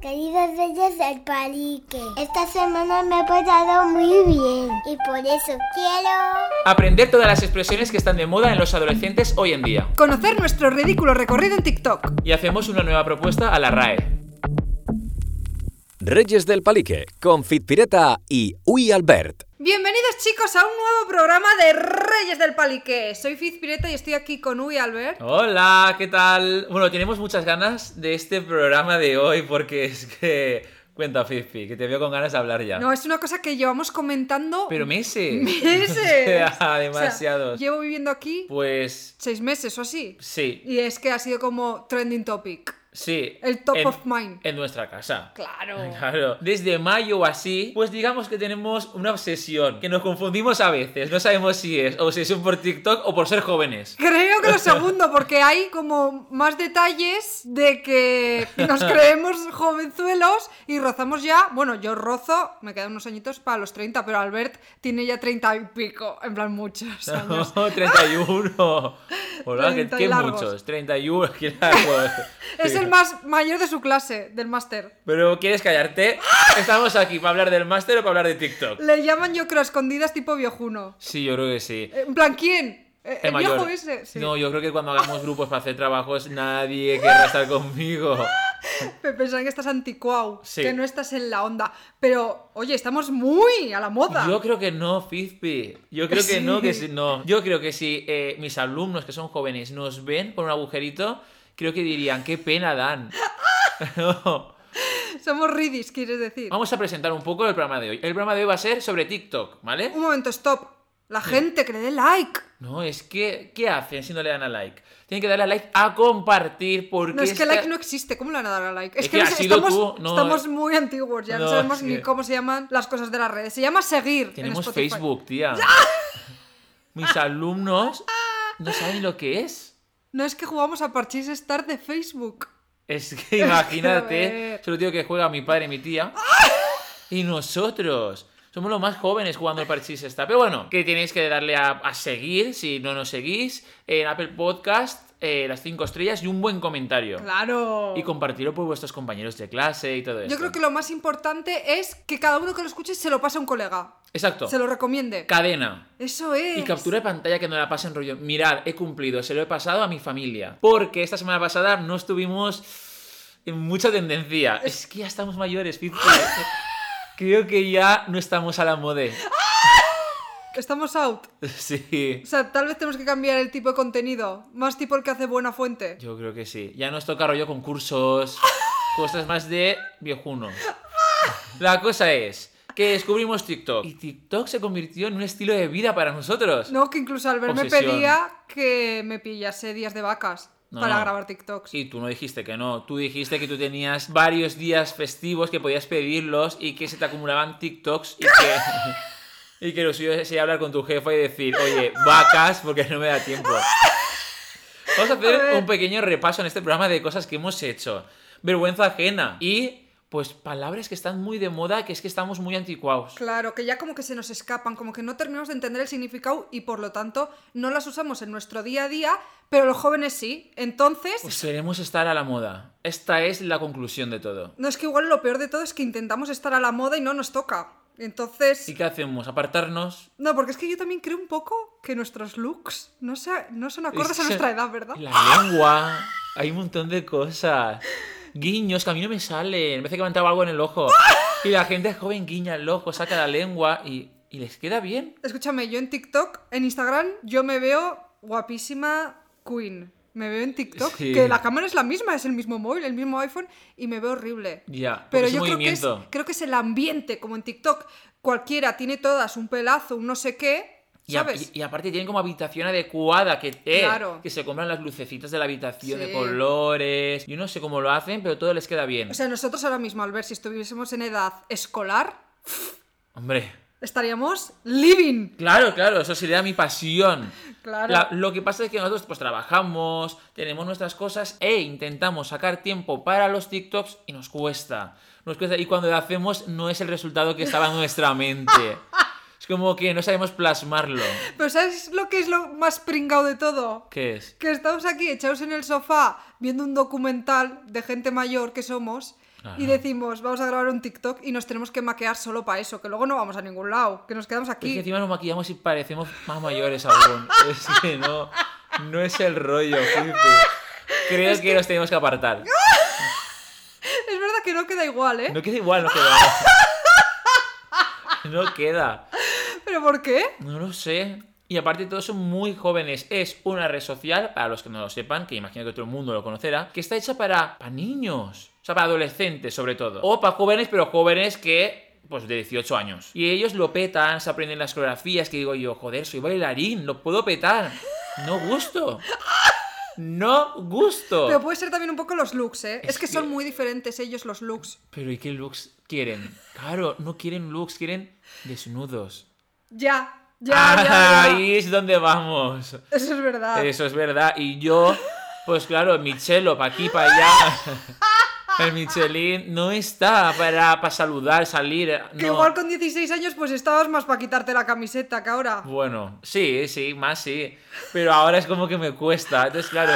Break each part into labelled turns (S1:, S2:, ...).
S1: Queridos Reyes del Palique, esta semana me he portado muy bien y por eso quiero...
S2: Aprender todas las expresiones que están de moda en los adolescentes hoy en día.
S3: Conocer nuestro ridículo recorrido en TikTok.
S2: Y hacemos una nueva propuesta a la RAE.
S4: Reyes del Palique, con Fitpireta y Uy Albert.
S3: Bienvenidos chicos a un nuevo programa de Reyes del Palique. Soy Fiz Pireta y estoy aquí con Uy Albert.
S2: Hola, ¿qué tal? Bueno, tenemos muchas ganas de este programa de hoy porque es que... Cuenta, Fizpi, que te veo con ganas de hablar ya.
S3: No, es una cosa que llevamos comentando
S2: Pero meses.
S3: meses.
S2: O sea,
S3: O sea,
S2: demasiados.
S3: llevo viviendo aquí
S2: Pues
S3: seis meses o así.
S2: sí,
S3: Y es que ha sido como trending topic.
S2: sí.
S3: El top
S2: en-
S3: of mind.
S2: En nuestra casa.
S3: Claro.
S2: Claro. Desde mayo o así, pues digamos que tenemos una obsesión, que nos confundimos a veces, no sabemos si es obsesión por TikTok o por ser jóvenes.
S3: Creo que lo segundo, porque hay como más detalles de que nos creemos jovenzuelos y rozamos ya. Bueno, yo rozo, me quedan unos añitos para los 30, pero Albert tiene ya 30 y pico, en plan muchos años.
S2: 31. Hola, que,
S3: Treinta y
S2: que
S3: largos.
S2: muchos. 31, qué largos.
S3: Es el más mayor de su clase, del máster.
S2: Pero ¿quieres callarte?
S3: ¡Ah!
S2: Estamos aquí para hablar del máster o para hablar de TikTok.
S3: Le llaman yo creo a escondidas tipo viejuno.
S2: Sí, yo creo que sí.
S3: En plan, ¿quién? Eh,
S2: El
S3: El, viejo
S2: mayor.
S3: ese. Sí.
S2: No, yo creo que cuando hagamos grupos para hacer trabajos, nadie querrá estar conmigo.
S3: Me Pensan que estás anticuau,
S2: Sí.
S3: que no estás en la onda. Pero, oye, estamos muy a la moda.
S2: Yo creo que no, Fizpi. Yo creo que no, que
S3: Sí.
S2: si, no. Yo creo que si eh, mis alumnos que son jóvenes nos ven con un agujerito, creo que dirían, qué pena dan. No.
S3: Somos ridis, quieres decir.
S2: Vamos a presentar un poco el programa de hoy. El programa de hoy va a ser sobre TikTok, ¿vale?
S3: Un momento, stop. La gente que le dé like.
S2: No, es que, ¿qué hacen si no le dan a like? Tienen que darle a like a compartir porque...
S3: No, es que
S2: esta-
S3: like no existe. ¿Cómo le van a dar a like?
S2: Es que
S3: no
S2: has
S3: sé,
S2: sido
S3: estamos,
S2: tú, no,
S3: estamos
S2: eh.
S3: muy antiguos ya. No,
S2: No,
S3: sabemos
S2: es
S3: ni
S2: que-
S3: cómo se llaman las cosas de las redes. Se llama seguir. en
S2: Tenemos
S3: Spotify. Ah.
S2: Facebook, tía. Mis alumnos no saben lo que es.
S3: No es que jugamos a Parchís Star de Facebook.
S2: Es que
S3: ver. Ah.
S2: imagínate, solo digo que juega mi padre y mi tía. Y nosotros. Somos los más jóvenes jugando al Parchís esta. Pero bueno, que tenéis que darle a, a seguir si no nos seguís. En Apple Podcast, eh, las 5 estrellas y un buen comentario.
S3: Claro.
S2: Y compartirlo por vuestros compañeros de clase y todo eso.
S3: Yo creo que lo más importante es que cada uno que lo escuche se lo pase a un colega.
S2: Exacto.
S3: Se lo recomiende.
S2: Cadena.
S3: Eso es.
S2: Y captura de pantalla que no la pasen rollo. Mirad, he cumplido, se lo he pasado a mi familia. Porque esta semana pasada no estuvimos en mucha tendencia. Es que ya estamos mayores, Fitz. Creo que ya no estamos a la mode.
S3: Estamos out.
S2: Sí.
S3: O sea, tal vez tenemos que cambiar el tipo de contenido. Más tipo el que hace buena fuente.
S2: Yo creo que sí. Ya nos toca rollo concursos, cosas más de viejuno. La cosa es que descubrimos TikTok. Y TikTok se convirtió en un estilo de vida para nosotros.
S3: No, que incluso Albert me
S2: Obsesión.
S3: pedía que me pillase días de vacas
S2: No,
S3: para
S2: no.
S3: grabar TikToks.
S2: Y tú no dijiste que no, tú dijiste que tú tenías varios días festivos que podías pedirlos y que se te acumulaban TikToks y que, y que lo suyo sería hablar con tu jefa y decir, oye, vacas porque no me da tiempo. Vamos a hacer
S3: A ver.
S2: un pequeño repaso en este programa de cosas que hemos hecho. Vergüenza ajena y pues palabras que están muy de moda, que es que estamos muy anticuados.
S3: Claro, que ya como que se nos escapan, como que no terminamos de entender el significado y por lo tanto no las usamos en nuestro día a día, pero los jóvenes sí. Entonces,
S2: Pues queremos estar a la moda. Esta es la conclusión de todo.
S3: no es que igual lo peor de todo es que intentamos estar a la moda y no nos toca. Entonces,
S2: ¿Y qué hacemos? ¿Apartarnos?
S3: No, porque es que yo también creo un poco que nuestros looks no, sea- no son acordes a
S2: Esa-
S3: nuestra edad, ¿verdad?
S2: La lengua. Hay un montón de cosas. Guiños que a mí no me salen. Parece que me entraba algo en el ojo. Y la gente joven guiña el ojo, saca la lengua y, y les queda bien.
S3: Escúchame, yo en TikTok, en Instagram, yo me veo guapísima queen. Me veo en TikTok,
S2: Sí.
S3: que la cámara es la misma, es el mismo móvil, el mismo iPhone, y me veo horrible.
S2: Ya, porque
S3: Pero
S2: es
S3: yo
S2: un
S3: creo que, es,
S2: movimiento.
S3: creo que es el ambiente, como en TikTok. Cualquiera tiene todas un pelazo, un no sé qué,
S2: Y, a-
S3: ¿sabes?
S2: y- y aparte tienen como habitación adecuada, que, eh,
S3: Claro.
S2: que se compran las lucecitas de la habitación
S3: Sí.
S2: de colores. Yo no sé cómo lo hacen, pero todo les queda bien.
S3: O sea, nosotros ahora mismo, al ver si estuviésemos en edad escolar,
S2: Hombre,
S3: estaríamos living.
S2: Claro, claro, eso sería mi pasión.
S3: Claro.
S2: La- lo que pasa es que nosotros pues trabajamos, tenemos nuestras cosas e intentamos sacar tiempo para los TikToks y nos cuesta. Nos cuesta y cuando lo hacemos no es el resultado que estaba en nuestra mente. Es como que no sabemos plasmarlo.
S3: Pero ¿sabes lo que es lo más pringado de todo?
S2: ¿Qué es?
S3: Que estamos aquí echados en el sofá viendo un documental de gente mayor que somos Y decimos, vamos a grabar un TikTok y nos tenemos que maquear solo para eso, que luego no vamos a ningún lado, que nos quedamos
S2: Pero es que
S3: aquí.
S2: encima nos maquillamos y parecemos más mayores aún. Es que no, no es el rollo, Fifi. Creo que, nos tenemos que apartar.
S3: Es verdad que no queda igual, ¿eh?
S2: No queda igual, no queda. No queda.
S3: ¿Pero por qué?
S2: No lo sé. Y aparte todos son muy jóvenes. Es una red social, para los que no lo sepan, que imagino que todo el mundo lo conocerá, que está hecha para, para niños. O sea, para adolescentes sobre todo. O para jóvenes, pero jóvenes que... Pues de 18 años. Y ellos lo petan, se aprenden las coreografías, que digo yo, joder, soy bailarín, lo puedo petar. No gusto. No gusto.
S3: Pero puede ser también un poco los looks, ¿eh? Es, que, son muy diferentes ellos los looks.
S2: Pero ¿y qué looks quieren? Claro, no quieren looks, quieren desnudos.
S3: Ya, ya, ya, ya.
S2: Ah, Ahí es donde vamos.
S3: Eso es verdad.
S2: Eso es verdad. Y yo, pues claro, Michelo, pa' aquí, pa' allá. El Michelin no está para, pa saludar, salir. eh,
S3: Que
S2: no.
S3: igual con 16 años pues estabas más para quitarte la camiseta que ahora.
S2: Bueno, sí, sí, más sí. Pero ahora es como que me cuesta. Entonces, claro,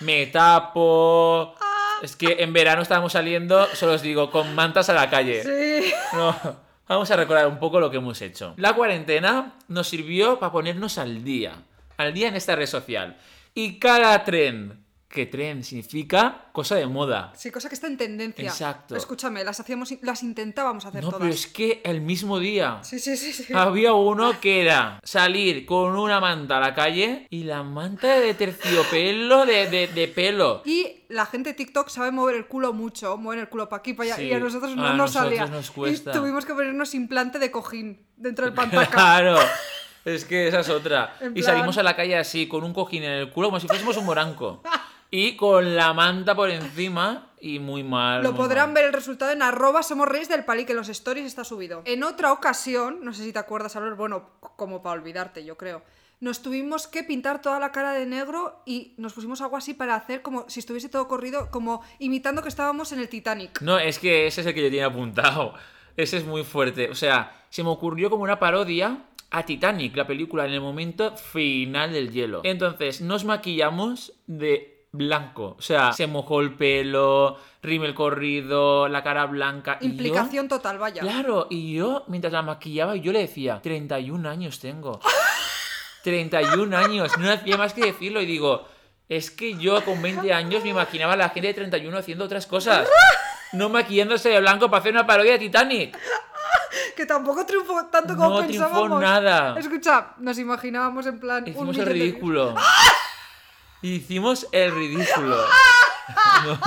S2: me tapo. Es que en verano estábamos saliendo, se los digo, con mantas a la calle.
S3: Sí.
S2: No. Vamos a recordar un poco lo que hemos hecho. La cuarentena nos sirvió para ponernos al día. Al día en esta red social. Y cada tren. Que tren significa cosa de moda.
S3: Sí, cosa que está en tendencia.
S2: Exacto.
S3: Escúchame, las hacíamos, las intentábamos hacer
S2: No,
S3: todas.
S2: pero es que Ah, el mismo día.
S3: Sí, sí, sí, sí.
S2: Había uno que era salir con una manta a la calle y la manta de terciopelo de, de, de pelo.
S3: Y la gente de TikTok sabe mover el culo mucho, mover el culo para aquí, para allá,
S2: Sí.
S3: y a nosotros no
S2: A
S3: nos
S2: nosotros
S3: salía.
S2: nos cuesta.
S3: Y tuvimos que ponernos implante de cojín dentro del pantalón.
S2: Claro. Es que esa es otra.
S3: En
S2: Y
S3: plan-
S2: salimos a la calle así, con un cojín en el culo, como si fuésemos un moranco. Y con la manta por encima y muy mal.
S3: Lo
S2: muy
S3: podrán
S2: mal.
S3: ver el resultado en arroba somos reyes del palí, que en los stories está subido. En otra ocasión, no sé si te acuerdas, Albert, bueno, c- como para olvidarte, yo creo. Nos tuvimos que pintar toda la cara de negro y nos pusimos algo así para hacer como si estuviese todo corrido, como imitando que estábamos en el Titanic.
S2: No, es que ese es el que yo tenía apuntado. Ese es muy fuerte. O sea, se me ocurrió como una parodia a Titanic, la película, en el momento final del hielo. Entonces, nos maquillamos de blanco. O sea, se mojó el pelo, rímel corrido, la cara blanca. y yo-
S3: Implicación total, vaya.
S2: Claro, y yo, mientras la maquillaba, yo le decía, 31 años tengo. 31 años, no hacía más que decirlo y digo, es que yo con 20 años me imaginaba a la gente de 31 haciendo otras cosas. No maquillándose de blanco para hacer una parodia de Titanic.
S3: Que tampoco triunfó tanto como
S2: No triunfó
S3: pensábamos.
S2: nada.
S3: Escucha, nos imaginábamos en plan. un
S2: Hicimos el
S3: millón de-
S2: ridículo. Hicimos el ridículo. No.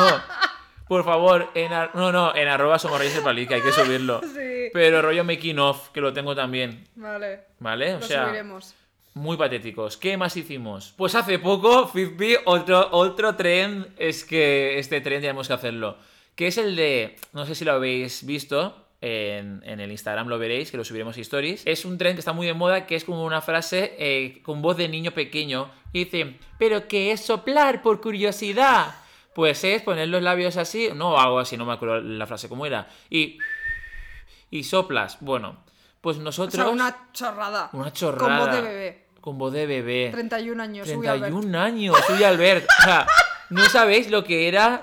S2: Por favor, en ar- no, no, en arroba somos reyes del Palí, que hay que subirlo.
S3: Sí.
S2: Pero rollo making off, que lo tengo también.
S3: Vale.
S2: ¿Vale? O
S3: Lo
S2: sea,
S3: subiremos.
S2: Muy patéticos. ¿Qué más hicimos? Pues hace poco, Fitbit, otro, otro tren, es que este tren tenemos que hacerlo, que es el de, no sé si lo habéis visto, en, en el Instagram lo veréis, que lo subiremos a stories, es un tren que está muy de moda, que es como una frase eh, con voz de niño pequeño, y dice, pero ¿qué es soplar por curiosidad? Pues es poner los labios así, no, algo así, no me acuerdo la frase cómo era, y, y soplas, bueno, pues
S3: O
S2: nosotros...
S3: sea, una chorrada.
S2: Una chorrada.
S3: Como de bebé.
S2: Con voz de bebé.
S3: 31 años. uy, Albert.
S2: 31 años, soy Albert. O sea, no sabéis lo que era.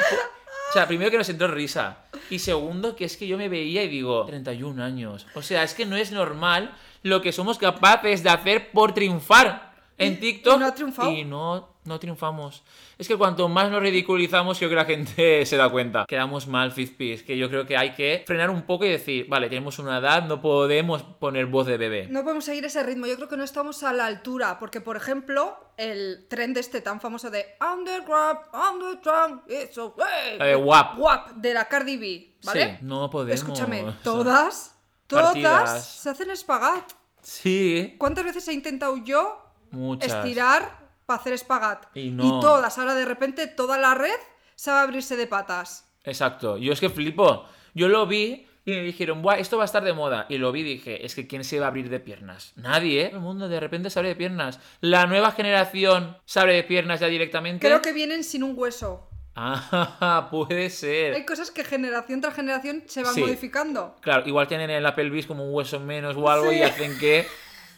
S2: O sea, primero que nos entró risa. Y segundo, que es que yo me veía y digo, 31 años. O sea, es que no es normal lo que somos capaces de hacer por triunfar en TikTok.
S3: y no ha triunfado.
S2: Y no, no triunfamos. Es que cuanto más nos ridiculizamos, creo que la gente se da cuenta. Quedamos mal, Fizpi. Es que yo creo que hay que frenar un poco y decir, vale, tenemos una edad, no podemos poner voz de bebé.
S3: No podemos seguir ese ritmo. Yo creo que no estamos a la altura. Porque, por ejemplo, el tren de este tan famoso de Underground, Underground, it's okay.
S2: La de Eh, WAP.
S3: WAP de la Cardi B.
S2: Sí,
S3: ¿Vale?
S2: no podemos.
S3: Escúchame, todas, todas
S2: Partidas.
S3: se hacen espagat.
S2: Sí,
S3: ¿Cuántas veces he intentado yo
S2: muchas.
S3: estirar para hacer espagat?
S2: Y no.
S3: todas, ahora de repente toda la red sabe abrirse de patas.
S2: Exacto. Yo es que flipo. Yo lo vi y me dijeron, Buah, esto va a estar de moda. Y lo vi y dije, es que ¿quién se va a abrir de piernas? Nadie, ¿eh? El mundo de repente se abre de piernas. La nueva generación se abre de piernas ya directamente.
S3: Creo que vienen sin un hueso.
S2: Ah, puede ser.
S3: Hay cosas que generación tras generación se van
S2: Sí.
S3: modificando.
S2: Claro, igual tienen en la pelvis como un hueso menos o algo y hacen que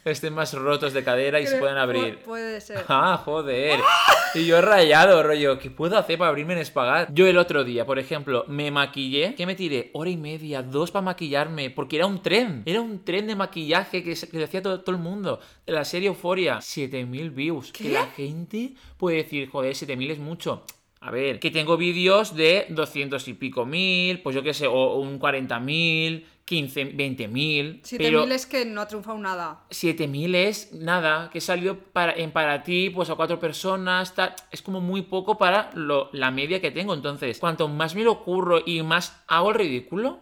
S2: estén más rotos de cadera y se
S3: Creo-
S2: puedan abrir.
S3: pu- Puede ser.
S2: Ah, joder. Y yo rayado, rollo. ¿Qué puedo hacer para abrirme en espagat? Yo el otro día, por ejemplo, me maquillé. ¿Qué me tiré? Hora y media, dos para maquillarme. Porque era un tren. Era un tren de maquillaje que, se- que decía todo, todo el mundo. De la serie Euforia. 7000 views. Que
S3: ¿Qué?
S2: la gente puede decir, joder, 7000 es mucho. A ver, que tengo vídeos de 200 y pico mil, pues yo qué sé, o o un 40 mil, 15, 20 mil.
S3: 7000 es que no ha triunfado nada.
S2: 7000 es nada, que salió para, en para ti, pues a cuatro personas, tal. es como muy poco para lo, la media que tengo. Entonces, cuanto más me lo curro y más hago el ridículo,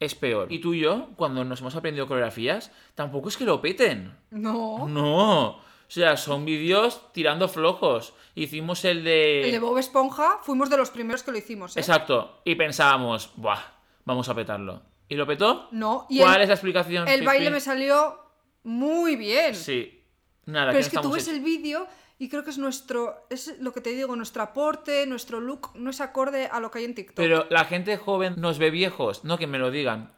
S2: es peor. Y tú y yo, cuando nos hemos aprendido coreografías, tampoco es que lo peten.
S3: No.
S2: Eh. No. O sea, son vídeos tirando flojos. Hicimos el de.
S3: El de Bob Esponja fuimos de los primeros que lo hicimos, ¿eh?
S2: Exacto. Y pensábamos, ¡buah! Vamos a petarlo. ¿Y lo petó?
S3: No, y
S2: ¿Cuál
S3: el-
S2: es la explicación?
S3: El baile
S2: Fifi?
S3: me salió muy bien.
S2: Sí. Nada,
S3: Pero
S2: no
S3: es que tú
S2: estamos
S3: ves
S2: hechos.
S3: el vídeo y creo que es nuestro, es lo que te digo, nuestro aporte, nuestro look no es acorde a lo que hay en TikTok.
S2: Pero la gente joven nos ve viejos, no que me lo digan.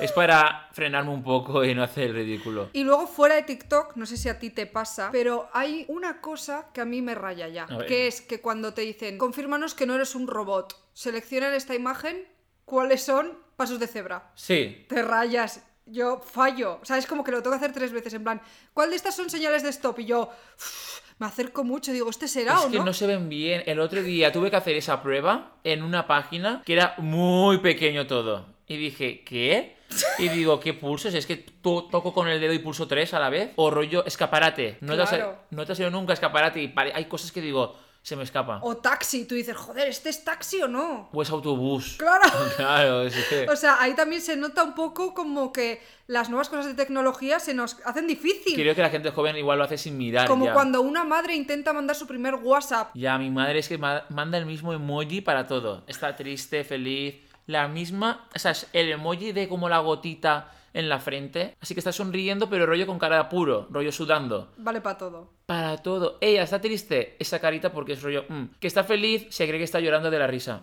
S2: Es para frenarme un poco y no hacer el ridículo.
S3: Y luego fuera de TikTok, no sé si a ti te pasa, pero hay una cosa que a mí me raya ya,
S2: A ver.
S3: que es que cuando te dicen, confírmanos que no eres un robot, selecciona en esta imagen cuáles son pasos de cebra.
S2: Sí,
S3: Te rayas, yo fallo, o sea, es como que lo tengo que hacer tres veces, en plan, ¿cuál de estas son señales de stop? Y yo, "Uf, me acerco mucho, digo, ¿este será
S2: es
S3: o
S2: que
S3: no?
S2: no se ven bien. El otro día tuve que hacer esa prueba en una página que era muy pequeño todo. Y dije, ¿qué? Y digo, ¿qué pulsos? ¿Es que to- toco con el dedo y pulso tres a la vez? O rollo escaparate. No, te, ha, sal-
S3: Claro.
S2: no te ha salido nunca escaparate y pare- hay cosas que digo, se me escapa.
S3: O taxi, tú dices, joder, ¿este es taxi o no?
S2: O es autobús.
S3: Claro. Pues
S2: Claro, es que-
S3: O sea, ahí también se nota un poco como que las nuevas cosas de tecnología se nos hacen difícil.
S2: Creo que la gente joven igual lo hace sin mirar.
S3: Como
S2: ya.
S3: cuando una madre intenta mandar su primer WhatsApp.
S2: Ya, mi madre es que ma- manda el mismo emoji para todo. Está triste, feliz, la misma... O sea, es el emoji de como la gotita en la frente. Así que está sonriendo, pero rollo con cara de apuro, rollo sudando.
S3: Vale para todo.
S2: Para todo. Ella está triste, esa carita porque es rollo... mm. Que está feliz, se cree que está llorando de la risa.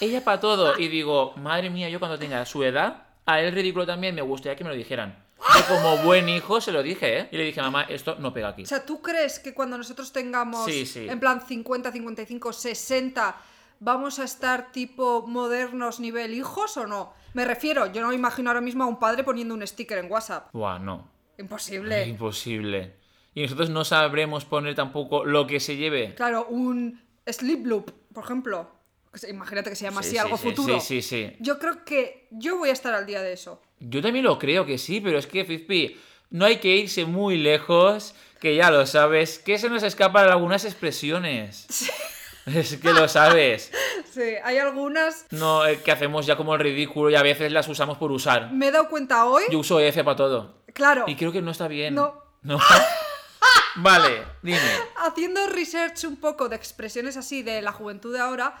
S2: Ella para todo. Y digo, madre mía, yo cuando tenga su edad, a él ridículo también me gustaría que me lo dijeran. Yo como buen hijo se lo dije, ¿eh? Y le dije, mamá, esto no pega aquí.
S3: O sea, ¿tú crees que cuando nosotros tengamos
S2: Sí, sí.
S3: en plan 50, 55, 60 vamos a estar tipo modernos nivel hijos o no? Me refiero, yo no me imagino ahora mismo a un padre poniendo un sticker en WhatsApp.
S2: Buah, no.
S3: Imposible.
S2: Imposible. Y nosotros no sabremos poner tampoco lo que se lleve.
S3: Claro, un sleep loop, por ejemplo. Que se- Imagínate que se llama
S2: Sí,
S3: así
S2: sí,
S3: algo
S2: sí,
S3: futuro.
S2: sí, sí, sí.
S3: Yo creo que yo voy a estar al día de eso.
S2: Yo también lo creo que sí, pero es que, Fizpi, no hay que irse muy lejos, que ya lo sabes, que se nos escapan algunas expresiones. Es que lo sabes.
S3: Sí, hay algunas.
S2: No, eh, que hacemos ya como el ridículo y a veces las usamos por usar.
S3: Me he dado cuenta hoy.
S2: Yo uso F para todo.
S3: Claro.
S2: Y creo que no está bien.
S3: No.
S2: No. Vale, dime.
S3: haciendo research un poco de expresiones así de la juventud de ahora,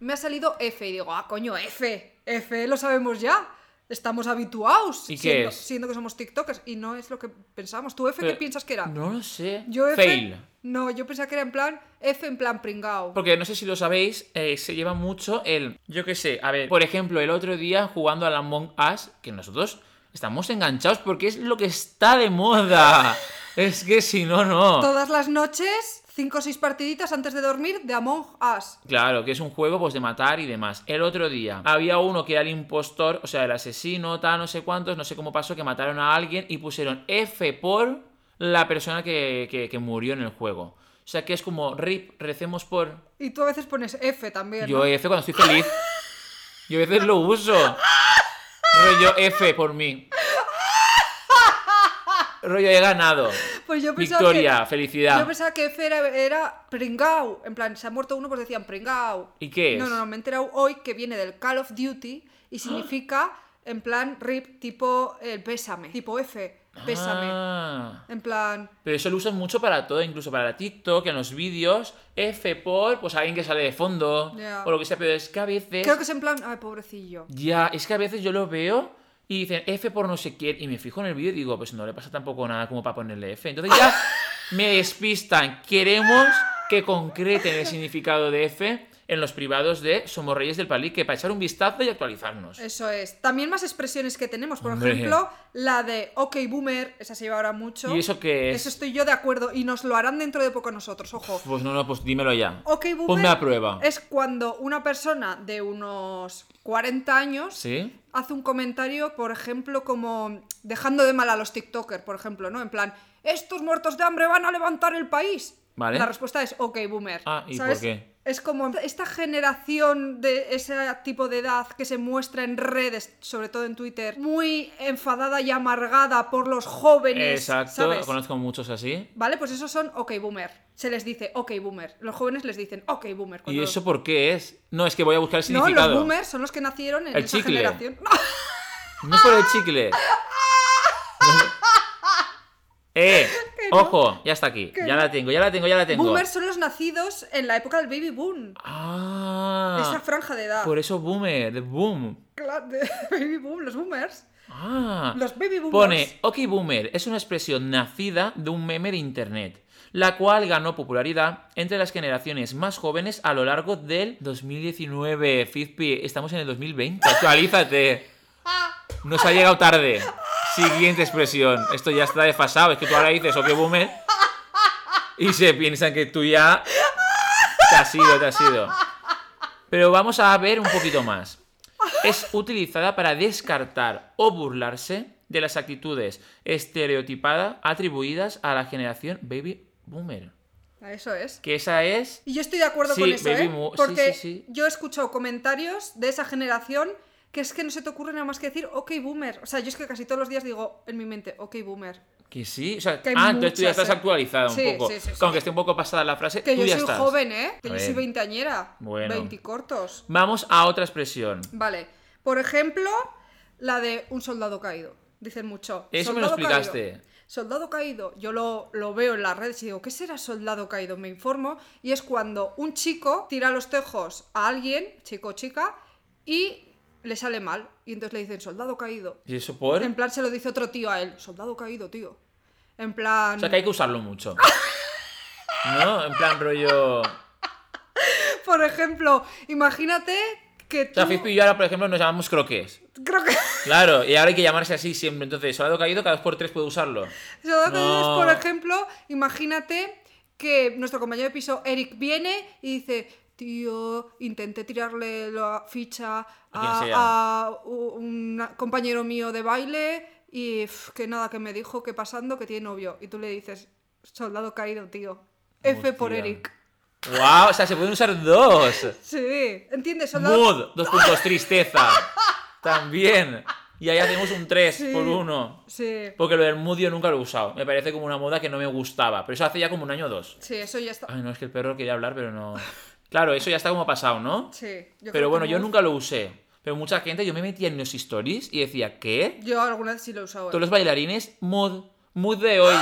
S3: me ha salido F y digo, ah, coño, F, F lo sabemos ya. Estamos habituados
S2: ¿Y qué
S3: siendo,
S2: es?
S3: siendo que somos TikTokers y no es lo que pensamos. ¿Tú F
S2: Pero-
S3: qué piensas que era?
S2: No lo sé.
S3: Yo F.
S2: Fail.
S3: No, yo pensaba que era en plan F en plan pringao.
S2: Porque no sé si lo sabéis, eh, se lleva mucho el. Yo qué sé, a ver. Por ejemplo, el otro día jugando al Among Us, que nosotros estamos enganchados porque es lo que está de moda. es que si no, no.
S3: Todas las noches, cinco o seis partiditas antes de dormir de Among Us.
S2: Claro, que es un juego pues de matar y demás. El otro día había uno que era el impostor, o sea, el asesino, tal, no sé cuántos, no sé cómo pasó, que mataron a alguien y pusieron F por la persona que, que- que murió en el juego. O sea que es como RIP, recemos por.
S3: Y tú a veces pones F también. ¿no?
S2: Yo F cuando estoy feliz. Yo a veces lo uso. Rollo F por mí. Rollo he ganado.
S3: Pues yo pensaba
S2: Victoria,
S3: que-
S2: felicidad.
S3: Yo pensaba que F era, era pringao. En plan, se ha muerto uno, pues decían pringao.
S2: ¿Y qué es?
S3: No, no, no, me he enterado hoy que viene del Call of Duty y significa, en plan, rip, tipo el pésame. Tipo F, pésame.
S2: Ah,
S3: En plan,
S2: pero eso lo usan mucho para todo, incluso para TikTok, en los vídeos. F por, pues alguien que sale de fondo.
S3: Ya.
S2: O lo que sea, pero es que a veces.
S3: creo que es en plan, ay, pobrecillo.
S2: Ya, es que a veces yo lo veo y dicen F por no sé quién. Y me fijo en el vídeo y digo, pues no le pasa tampoco nada como para ponerle F. Entonces ya me despistan. Queremos que concreten el significado de F en los privados de Somos Reyes del Palique para echar un vistazo y actualizarnos.
S3: Eso es. También más expresiones que tenemos. Por
S2: Hombre.
S3: ejemplo, la de OK Boomer, esa se lleva ahora mucho.
S2: ¿Y eso qué es?
S3: Eso estoy yo de acuerdo y nos lo harán dentro de poco a nosotros, ojo.
S2: Pues no, no, pues dímelo ya.
S3: OK Boomer
S2: Ponme a prueba.
S3: es cuando una persona de unos 40 años
S2: ¿Sí?
S3: hace un comentario, por ejemplo, como dejando de mal a los TikTokers, por ejemplo, ¿no? En plan, estos muertos de hambre van a levantar el país.
S2: Vale.
S3: La respuesta es ok, boomer.
S2: Ah, ¿y por qué?
S3: Es como esta generación de ese tipo de edad que se muestra en redes, sobre todo en Twitter, muy enfadada y amargada por los jóvenes.
S2: Exacto,
S3: ¿sabes?
S2: conozco muchos así.
S3: Vale, pues esos son ok, boomer. Se les dice ok, boomer. Los jóvenes les dicen ok, boomer.
S2: ¿Y
S3: cuando-
S2: eso por qué es? No, es que voy a buscar el
S3: No, los
S2: significado.
S3: boomers son los que nacieron en
S2: El
S3: esa
S2: chicle.
S3: generación.
S2: No es por el chicle. ¡Eh! ¡Ojo! Ya está aquí. Ya la tengo, ya la tengo, ya la tengo.
S3: Boomers son los nacidos en la época del baby boom. Esa
S2: ¡Ah!
S3: franja de edad.
S2: Por eso boomer, de boom.
S3: Cla- de- baby boom, los boomers.
S2: ¡Ah!
S3: Los baby boomers.
S2: Pone, ok boomer es una expresión nacida de un meme de internet, la cual ganó popularidad entre las generaciones más jóvenes a lo largo del 2019. Fizpi, estamos en el 2020, actualízate. Nos ha llegado tarde. Siguiente expresión. Esto ya está desfasado, es que tú ahora dices ok boomer y se piensan que tú ya te has ido, te has ido. Pero vamos a ver un poquito más. Es utilizada para descartar o burlarse de las actitudes estereotipadas atribuidas a la generación baby boomer.
S3: Eso es.
S2: Que esa es...
S3: Y yo estoy de acuerdo
S2: Sí,
S3: con eso,
S2: baby
S3: ¿eh?
S2: mo- sí,
S3: Porque
S2: sí, sí.
S3: yo he escuchado comentarios de esa generación que es que no se te ocurre nada más que decir ok boomer. O sea, yo es que casi todos los días digo en mi mente ok boomer.
S2: Que sí, o sea,
S3: Que hay
S2: ah, entonces tú ya
S3: muchas,
S2: estás
S3: eh.
S2: actualizada un
S3: Sí,
S2: poco.
S3: sí, sí, sí.
S2: Que Aunque esté un poco pasada la frase,
S3: Que
S2: tú
S3: yo
S2: ya
S3: soy
S2: estás.
S3: joven, ¿eh? Que
S2: A
S3: yo
S2: ver.
S3: soy veinteañera.
S2: Bueno.
S3: Veinticortos.
S2: Vamos a otra expresión.
S3: Vale. Por ejemplo, la de un soldado caído. Dicen mucho.
S2: Eso me lo
S3: "Soldado caído".
S2: explicaste.
S3: Soldado caído. Yo lo, lo veo en las redes y digo, ¿qué será soldado caído? Me informo. Y es cuando un chico tira los tejos a alguien, chico o chica, y le sale mal. Y entonces le dicen, soldado caído.
S2: ¿Y eso por?
S3: En
S2: O
S3: plan, se lo dice otro tío a él. Soldado caído, tío. En plan...
S2: sea, que hay que usarlo mucho. ¿No? En plan rollo... O
S3: Por ejemplo, imagínate que tú...
S2: sea, Fizpi y yo ahora, por ejemplo, nos llamamos croques.
S3: Creo que...
S2: Claro, y ahora hay que llamarse así siempre. Entonces, soldado caído, cada dos por tres puedo usarlo.
S3: Eso da que dices,
S2: No.
S3: por ejemplo, imagínate que nuestro compañero de piso, Eric, viene y dice, tío, intenté tirarle la ficha
S2: ¿A
S3: a,
S2: quién sea?
S3: a u- un compañero mío de baile y pf, que nada, que me dijo que pasando que tiene novio. Y tú le dices, soldado caído, tío. F por
S2: Hostia.
S3: Eric.
S2: ¡Wow! O sea, se pueden usar dos.
S3: Sí, ¿entiendes? Soldado...
S2: Mood, dos puntos, tristeza. También. Y ahí hacemos un 3 por uno.
S3: Sí.
S2: Porque lo del mood yo nunca lo he usado. Me parece como una moda que no me gustaba. Pero eso hace ya como un año o dos.
S3: sí, eso ya está.
S2: Ay, no, es que el perro quería hablar, pero no. Claro, eso ya está como pasado, ¿no?
S3: Sí. yo creo
S2: Pero
S3: que
S2: bueno, yo
S3: no-
S2: nunca lo usé. Pero mucha gente, yo me metía en los stories y decía, ¿qué?
S3: Yo alguna vez sí lo he usado. ¿eh?
S2: Todos los bailarines, mood, mood de hoy.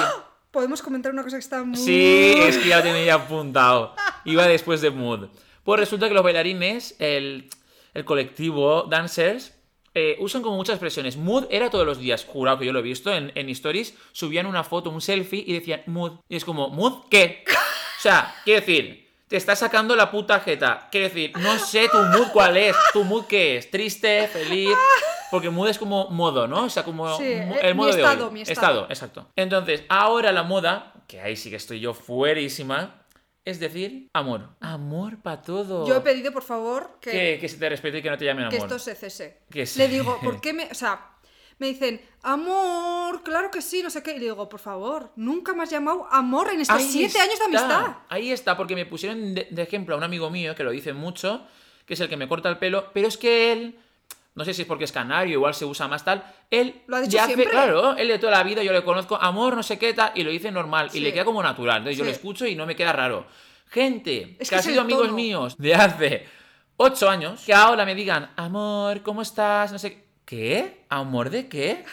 S3: Podemos comentar una cosa que está muy...
S2: Sí, es que ya lo tenía apuntado. Iba después de Mood. Pues resulta que los bailarines, el, el colectivo, dancers, eh, usan como muchas expresiones. Mood era todos los días, jurado que yo lo he visto en, en stories, subían una foto, un selfie y decían Mood. Y es como, ¿Mood qué? O sea, quiero decir, te está sacando la puta jeta. Quiero decir, no sé tu mood cuál es, tu mood qué es, triste, feliz. Porque mood es como modo, ¿no? O sea, como
S3: Sí,
S2: mo-
S3: eh,
S2: el
S3: mi
S2: modo de
S3: estado,
S2: hoy.
S3: mi estado.
S2: exacto. Entonces, ahora la moda, que ahí sí que estoy yo fuerísima, es decir, amor. Amor para todo.
S3: Yo he pedido, por favor, que...
S2: que, que se te respete y que no te llamen amor.
S3: que esto se cese.
S2: Que sí.
S3: Le digo, ¿por qué me.? O sea, me dicen, amor, claro que sí, no sé qué. Y le digo, por favor, nunca me has llamado amor en estos
S2: Ahí
S3: siete años de
S2: está,
S3: amistad.
S2: Ahí está, porque me pusieron de, de ejemplo a un amigo mío que lo dice mucho, que es el que me corta el pelo, pero es que él, no sé si es porque es canario, igual se usa más tal, él
S3: Lo ha dicho
S2: ya
S3: siempre.
S2: claro, él de toda la vida yo le conozco amor, no sé qué tal, y lo dice normal,
S3: Sí.
S2: y le queda como natural, entonces yo
S3: Sí.
S2: lo escucho y no me queda raro. Gente,
S3: Es
S2: que,
S3: que
S2: ha
S3: es el
S2: sido amigos
S3: tono.
S2: míos de hace ocho años, que ahora me digan, amor, ¿cómo estás? No sé qué. ¿Qué? ¿Amor de qué?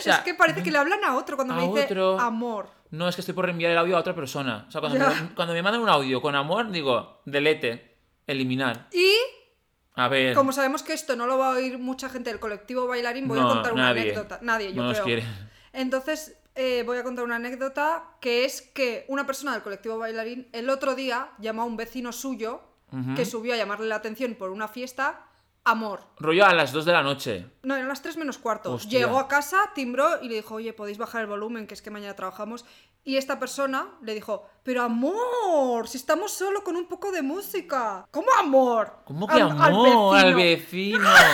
S2: O sea,
S3: es que parece que le hablan a otro cuando
S2: a
S3: me dice
S2: otro.
S3: amor.
S2: no, es que estoy por enviar el audio a otra persona. O sea, cuando,
S3: Ya.
S2: me, cuando me mandan un audio con amor, digo, delete, eliminar.
S3: Y
S2: A ver.
S3: como sabemos que esto no lo va a oír mucha gente del colectivo bailarín, voy
S2: No,
S3: a contar una
S2: nadie.
S3: anécdota. Nadie, yo
S2: No nos
S3: creo.
S2: quiere.
S3: Entonces. eh, voy a contar una anécdota que es que una persona del colectivo bailarín el otro día llamó a un vecino suyo que subió a llamarle la atención por una fiesta, amor.
S2: Rollo a las 2 de la noche.
S3: No, eran las 3 menos cuarto.
S2: Hostia.
S3: Llegó a casa, timbró y le dijo, oye, podéis bajar el volumen, que es que mañana trabajamos. Y esta persona le dijo, pero amor, si estamos solo con un poco de música. ¿Cómo amor?
S2: ¿Cómo que
S3: Al- al
S2: amor al
S3: vecino".
S2: vecino?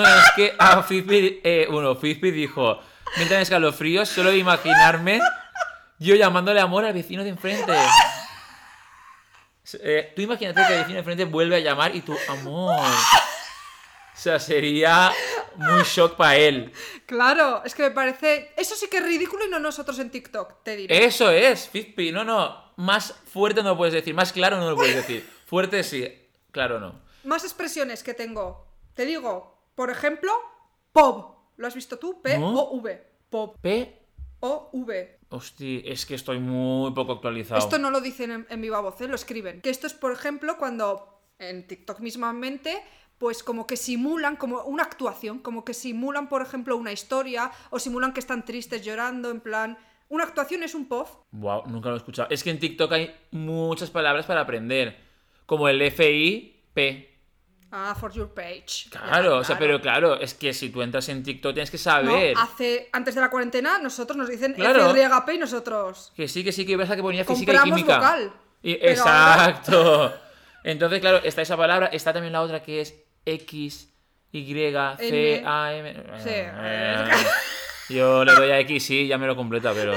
S2: No, es que a Fizpi, eh, bueno, Fizpi dijo, me entran escalofríos solo de imaginarme yo llamándole amor al vecino de enfrente. Eh, tú imagínate que el vecino de enfrente vuelve a llamar y tú, amor. O sea, sería muy shock para él.
S3: Claro, es que me parece... Eso sí que es ridículo y no nosotros en TikTok, te diré.
S2: Eso es, Fizpi, no, no. Más fuerte no lo puedes decir, más claro no lo puedes decir. Fuerte sí, claro no.
S3: Más expresiones que tengo. Te digo, por ejemplo, POV. ¿Lo has visto tú? P-O-V. POV.
S2: P,
S3: O-V.
S2: hostia, es que estoy muy poco actualizado.
S3: Esto no lo dicen en, en viva voz, ¿eh? lo escriben. Que esto es, por ejemplo, cuando en TikTok mismamente, pues como que simulan, como una actuación, como que simulan, por ejemplo, una historia o simulan que están tristes llorando, en plan. Una actuación es un POV.
S2: Wow, nunca lo he escuchado. Es que en TikTok hay muchas palabras para aprender. Como el FIP.
S3: Ah, for your page. Ya,
S2: Claro, o sea, pero claro, es que si tú entras en TikTok tienes que
S3: No,
S2: saber.
S3: hace, antes de la cuarentena, nosotros nos dicen
S2: Claro.
S3: FRGP y nosotros.
S2: Que sí, que sí, que pasa que ponía física y
S3: Compramos
S2: química.
S3: vocal,
S2: Y-
S3: pero
S2: exacto. Entonces, claro, está esa palabra, está también la otra que es X, Y, C,
S3: N.
S2: A, M.
S3: Sí.
S2: Eh, Yo le doy a X, sí, ya me lo completa, pero.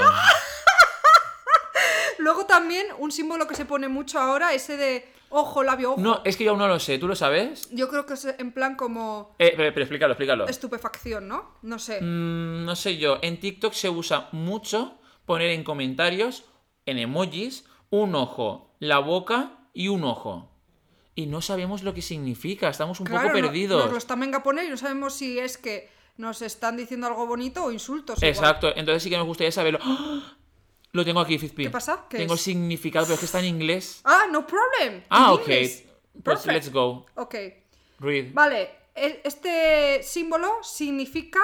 S3: Luego también un símbolo que se pone mucho ahora, ese de ojo, labio, ojo.
S2: No, es que yo aún no lo sé, ¿tú lo sabes?
S3: Yo creo que es en plan como
S2: Eh, pero, pero explícalo, explícalo.
S3: estupefacción, ¿no? No sé.
S2: Mm, no sé yo, en TikTok se usa mucho poner en comentarios, en emojis, un ojo, la boca y un ojo. Y no sabemos lo que significa, estamos un
S3: Claro,
S2: poco
S3: no-
S2: perdidos.
S3: Nos lo están venga a poner y no sabemos si es que nos están diciendo algo bonito o insultos. igual.
S2: Exacto, entonces sí que nos gustaría saberlo. ¡Ah! Lo tengo aquí, Fizpi.
S3: ¿Qué pasa? ¿Qué
S2: tengo
S3: es?
S2: el significado, pero es que está en inglés.
S3: Ah, no problem.
S2: Ah,
S3: In
S2: ok.
S3: English.
S2: Pues
S3: Perfect.
S2: let's go.
S3: Ok.
S2: Read.
S3: Vale. e- Este símbolo significa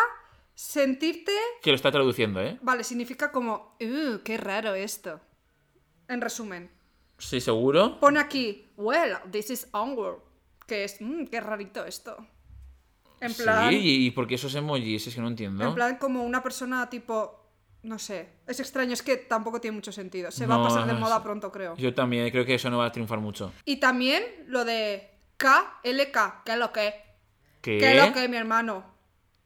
S3: sentirte.
S2: Que lo está traduciendo, ¿eh?
S3: Vale, significa como. "Uh, qué raro esto. En resumen.
S2: Sí, seguro.
S3: Pone aquí. Well, this is onward. Que es. "Mm, qué rarito esto. En plan.
S2: Sí, ¿y- ¿y por qué esos emojis? Es que no entiendo.
S3: En plan, como una persona tipo. No sé. Es extraño, es que tampoco tiene mucho sentido. Se va a
S2: No,
S3: pasar de
S2: no
S3: moda
S2: sé.
S3: pronto, creo.
S2: Yo también creo que eso no va a triunfar mucho.
S3: Y también lo de KLK. ¿Qué es lo que?
S2: ¿Qué?
S3: ¿Qué es lo que, mi hermano?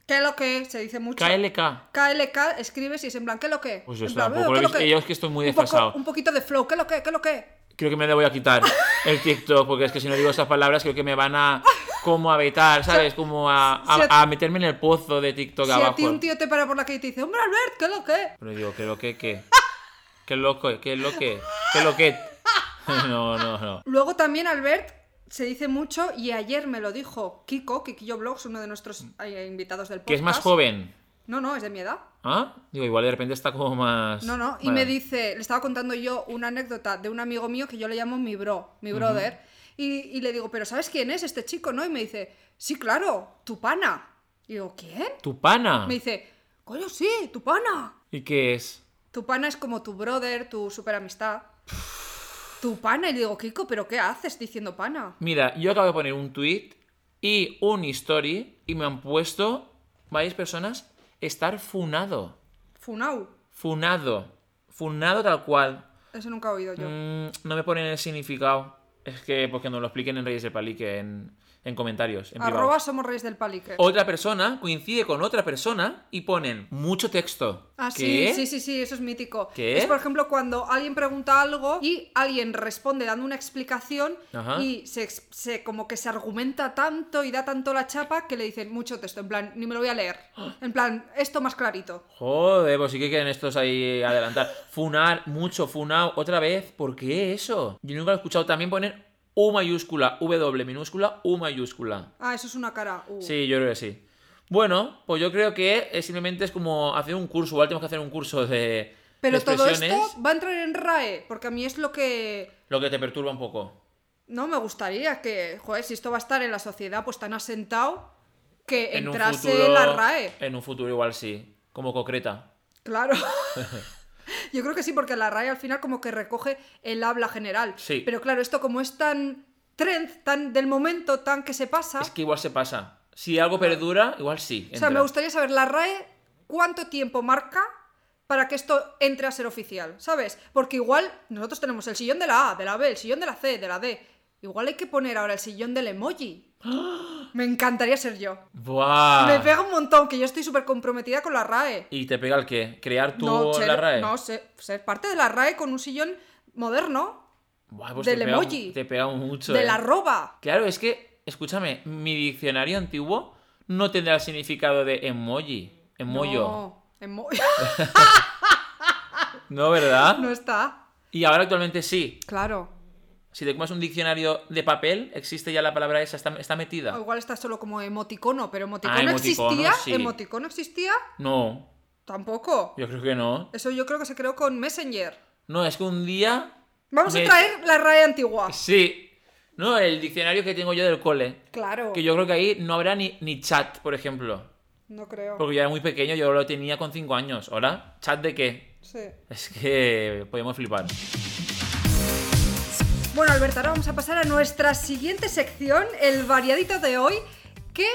S3: ¿Qué es lo que? Se dice mucho.
S2: KLK.
S3: KLK escribes y es en plan, ¿qué es lo que?
S2: Pues yo
S3: en plan,
S2: tampoco
S3: "Eh,
S2: lo he
S3: ¿qué
S2: visto".
S3: que?
S2: Yo es que estoy muy
S3: Un poco-
S2: desfasado.
S3: un poquito de flow, ¿qué es lo que? ¿Qué es lo que?
S2: Creo que me le voy a quitar el TikTok, porque es que si no digo esas palabras, creo que me van a como a vetar, ¿sabes? Como a, a-
S3: si a-
S2: a meterme en el pozo de TikTok
S3: Si a
S2: abajo.
S3: ti un tío te para por la calle y te dice, hombre Albert, ¿qué es lo que?
S2: Pero digo, ¿qué lo que qué? ¿Qué loco? ¿Qué lo que? ¿Qué lo que? No, no, no.
S3: Luego también Albert se dice mucho y ayer me lo dijo Kiko, Kikillo Blogs, uno de nuestros eh, invitados del podcast.
S2: Que es más joven.
S3: No, no, es de mi edad.
S2: ¿Ah? Digo, igual de repente está como más.
S3: No, no, y
S2: Vale.
S3: me dice, le estaba contando yo una anécdota de un amigo mío que yo le llamo mi bro, mi brother, y, y le digo, pero ¿sabes quién es este chico, no? Y me dice, sí, claro, tu pana. Y digo, ¿quién?
S2: ¿Tu pana?
S3: Me dice, coño, sí, tu pana.
S2: ¿Y qué es?
S3: Tu pana es como tu brother, tu super amistad. Tu pana, y le digo, Kiko, ¿pero qué haces diciendo pana?
S2: Mira, yo acabo de poner un tweet y un story y me han puesto varias personas estar funado.
S3: Funau.
S2: Funado. Funado tal cual.
S3: Eso nunca he oído yo.
S2: Mm, no me ponen el significado. Es que porque nos lo expliquen en Reyes del Palique, en, en comentarios. En privado.
S3: Arroba somos reyes del palique.
S2: Otra persona coincide con otra persona y ponen mucho texto.
S3: Ah,
S2: ¿Qué?
S3: sí, sí, sí, sí, eso es mítico.
S2: ¿Qué?
S3: Es, por ejemplo, cuando alguien pregunta algo y alguien responde dando una explicación
S2: Ajá.
S3: y se, ex- se- como que se argumenta tanto y da tanto la chapa que le dicen mucho texto, en plan, ni me lo voy a leer. En plan, esto más clarito.
S2: Joder, pues sí que quieren estos ahí adelantar. Funar, mucho, funao, otra vez. ¿Por qué eso? Yo nunca lo he escuchado. También ponen U mayúscula, W minúscula, U mayúscula.
S3: Ah, eso es una cara. uh.
S2: Sí, yo creo que sí. Bueno, pues yo creo que eh, simplemente es como hacer un curso. Igual tenemos que hacer un curso de.
S3: Pero
S2: de
S3: todo
S2: expresiones.
S3: esto va a entrar en RAE, porque a mí es lo que
S2: Lo que te perturba un poco.
S3: no me gustaría que, joder, si esto va a estar en la sociedad pues tan asentado, que
S2: un
S3: entrase
S2: futuro-
S3: la RAE.
S2: En un futuro igual sí. Como concreta.
S3: Claro. Yo creo que sí, porque la RAE al final como que recoge el habla general.
S2: Sí.
S3: Pero claro, esto como es tan trend tan del momento, tan que se pasa.
S2: Es que igual se pasa. Si algo perdura, igual sí.
S3: O sea,
S2: entra.
S3: me gustaría saber la RAE cuánto tiempo marca para que esto entre a ser oficial, ¿sabes? Porque igual nosotros tenemos el sillón de la A, de la B, el sillón de la C, de la D. Igual hay que poner ahora el sillón del emoji. Me encantaría ser yo.
S2: Buah.
S3: Me pega un montón, que yo estoy súper comprometida con la RAE.
S2: ¿Y te pega el qué? ¿Crear tú
S3: ser,
S2: la RAE?
S3: no, ser- ser parte de la RAE con un sillón moderno,
S2: Buah, pues
S3: del
S2: te pega-
S3: emoji.
S2: te pega mucho.
S3: de
S2: eh.
S3: la arroba.
S2: Claro, es que, escúchame, mi diccionario antiguo no tendrá el significado de emoji. Emoyo.
S3: No, emoji.
S2: No, ¿verdad?
S3: no está.
S2: Y ahora actualmente sí.
S3: Claro.
S2: Si te comes un diccionario de papel, existe ya la palabra esa, está, está metida.
S3: O igual está solo como emoticono, pero emoticono,
S2: Ah, emoticono,
S3: existía.
S2: sí.
S3: Emoticono existía
S2: No,
S3: tampoco.
S2: yo creo que no.
S3: Eso yo creo que se creó con Messenger.
S2: No, es que un día.
S3: Vamos
S2: me-
S3: a traer la RAE antigua.
S2: Sí. No, el diccionario que tengo yo del cole.
S3: Claro.
S2: Que yo creo que ahí no habrá ni, ni chat, por ejemplo.
S3: No creo.
S2: Porque yo era muy pequeño, yo lo tenía con 5 años. ¿Ahora? ¿Chat de qué?
S3: Sí.
S2: Es que podemos flipar.
S3: Bueno, Alberto, ahora vamos a pasar a nuestra siguiente sección, el variadito de hoy, que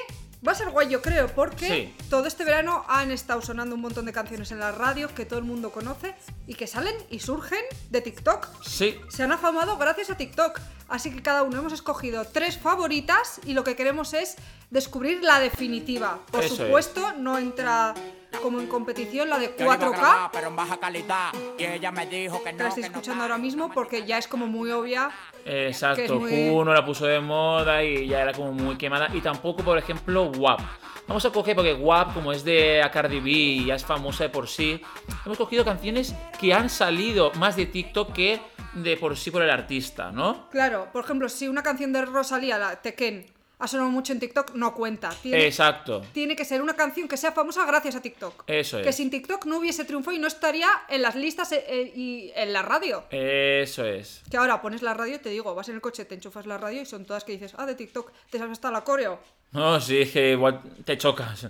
S3: va a ser guay, yo creo, porque
S2: Sí.
S3: todo este verano han estado sonando un montón de canciones en la radio que todo el mundo conoce y que salen y surgen de TikTok.
S2: Sí.
S3: Se han afamado gracias a TikTok, así que cada uno hemos escogido tres favoritas y lo que queremos es descubrir la definitiva. Por
S2: Eso es.
S3: supuesto, no entra como en competición la de
S5: Yo le iba a
S3: 4K,
S5: grabar, pero en baja calidad. Y ella me dijo que
S3: que
S5: no.
S3: la estoy
S5: que no
S3: escuchando
S5: tal,
S3: ahora mismo porque ya es como muy obvia Que es
S2: Exacto,
S3: muy-
S2: Kuno la puso de moda y ya era como muy quemada. Y tampoco, por ejemplo, WAP. Vamos a coger, porque WAP, como es de a Cardi B y ya es famosa de por sí, hemos cogido canciones que han salido más de TikTok que de por sí por el artista, ¿no?
S3: Claro, por ejemplo, si una canción de Rosalía, la Tekken, ha sonado mucho en TikTok, no cuenta. Tiene,
S2: Exacto.
S3: tiene que ser una canción que sea famosa gracias a TikTok.
S2: Eso
S3: Que
S2: es.
S3: sin TikTok no hubiese triunfo y no estaría en las listas eh, eh, y en la radio.
S2: Eso es.
S3: Que ahora pones la radio, te digo, vas en el coche, te enchufas la radio y son todas que dices, ah, de TikTok, te sabes hasta la coreo.
S2: No, sí, es que igual te chocas.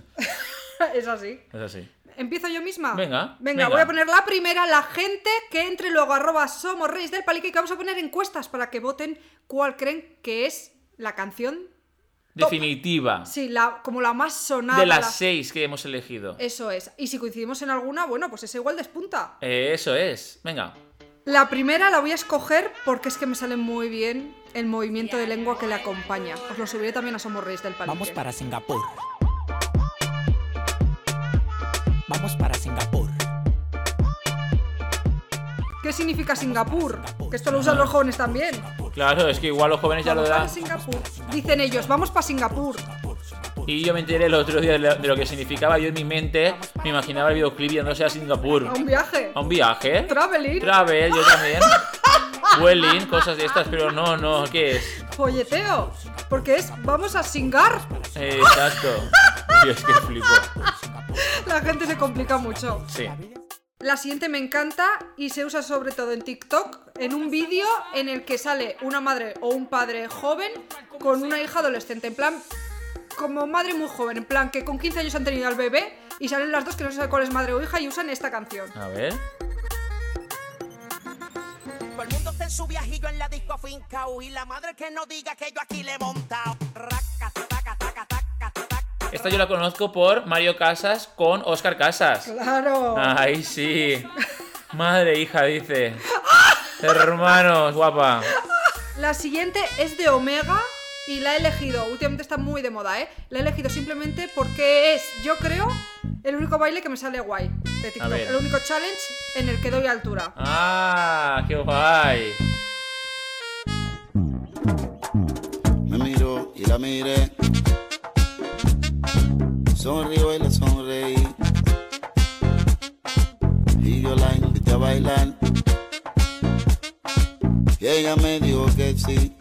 S3: es así.
S2: Es así.
S3: ¿Empiezo yo misma?
S2: Venga,
S3: Venga,
S2: venga.
S3: voy a poner la primera, la gente que entre luego arroba somos reyes del palique, que vamos a poner encuestas para que voten cuál creen que es la canción
S2: Definitiva.
S3: Sí, la, como la más sonada.
S2: De
S3: la-
S2: las seis que hemos elegido.
S3: Eso es. Y si coincidimos en alguna, bueno, pues esa igual despunta.
S2: Eh, Eso es. Venga.
S3: La primera la voy a escoger porque es que me sale muy bien el movimiento de lengua que le acompaña. Os lo subiré también a Somos Reyes del Palique.
S5: Vamos para Singapur. Vamos para Singapur.
S3: ¿Qué significa Singapur? Que esto lo usan los jóvenes también.
S2: Claro, es que igual los jóvenes ya lo
S3: Vamos para
S2: dan.
S3: Singapur. Dicen ellos, vamos para Singapur.
S2: Y yo me enteré el otro día de lo, de lo que significaba. Yo en mi mente me imaginaba el videoclip yéndose a Singapur.
S3: A un viaje.
S2: A un viaje.
S3: Traveling.
S2: Travel, yo también. Welling, cosas de estas, pero no, no, ¿qué es?
S3: Folleteo. Porque es, vamos a Singar.
S2: Eh, Exacto. Dios, que flipo.
S3: La gente se complica mucho.
S2: Sí.
S3: La siguiente me encanta y se usa sobre todo en TikTok, en un vídeo en el que sale una madre o un padre joven con una hija adolescente, en plan como madre muy joven, en plan que con 15 años han tenido al bebé y salen las dos que no se sabe cuál es madre o hija y usan esta canción.
S2: A ver.
S5: Todo el mundo está en su viajillo en la disco afincao. Y la madre que no diga que yo aquí le he montado. Raca, taca, taca, taca, taca.
S2: Esta yo la conozco por Mario Casas con Oscar Casas.
S3: Claro.
S2: Ay, sí. Madre, hija, dice. Hermanos, guapa.
S3: La siguiente es de Omega y la he elegido, últimamente está muy de moda, ¿eh? La he elegido simplemente porque es, yo creo, el único baile que me sale guay de TikTok,
S2: ver.
S3: el único challenge en el que doy altura.
S2: Ah, qué guay.
S6: Me miró y la miré. Sonrió y le sonreí. Y yo la invité a bailar. Y ella me dijo que sí.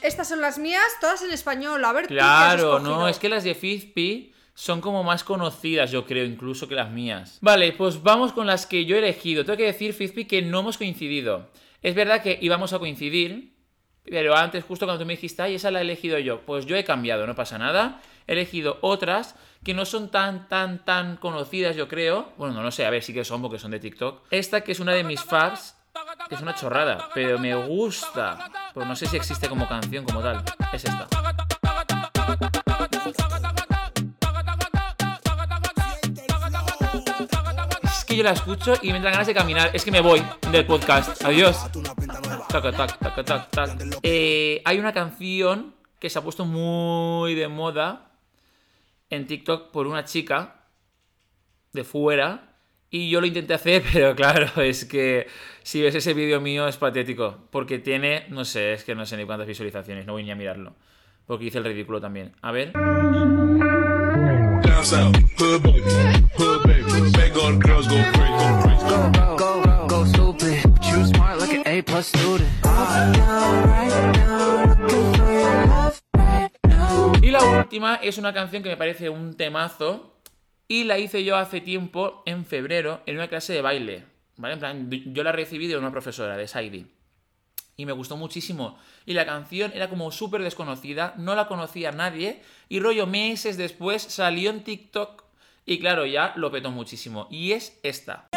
S3: Estas son las mías, todas en español. A ver, tú qué has
S2: Claro, no,
S3: escogido.
S2: es que las de Fizpi son como más conocidas, yo creo, incluso que las mías. Vale, pues vamos con las que yo he elegido. Tengo que decir, Fizpi, que no hemos coincidido. Es verdad que íbamos a coincidir, pero antes, justo cuando tú me dijiste, ay, esa la he elegido yo. Pues yo he cambiado, no pasa nada. He elegido otras que no son tan, tan, tan conocidas, yo creo. Bueno, no lo sé, a ver, sí que son porque son de TikTok. Esta que es una de mis faves, que es una chorrada, pero me gusta. Pero no sé si existe como canción como tal. Es esta. Es que yo la escucho y me entran ganas de caminar. Es que me voy del podcast. Adiós. Taca, tac, taca, tac, tac. Eh, hay una canción que se ha puesto muy de moda en TikTok por una chica de fuera. Y yo lo intenté hacer, pero claro, es que si ves ese vídeo mío es patético. Porque tiene, no sé, es que no sé ni cuántas visualizaciones, no voy ni a mirarlo. Porque hice el ridículo también. A ver.
S7: down south. Hood baby, hood baby. Make all the girls go crazy, go crazy, go crazy.
S8: go, go, go stupid. You smart like an A plus student.
S2: Y la última es una canción que me parece un temazo. Y la hice yo hace tiempo, en febrero, en una clase de baile. ¿Vale? En plan, yo la recibí de una profesora, de Saidi. Y me gustó muchísimo. Y la canción era como súper desconocida, no la conocía nadie. Y rollo meses después salió en TikTok. Y claro, ya lo petó muchísimo. Y es esta.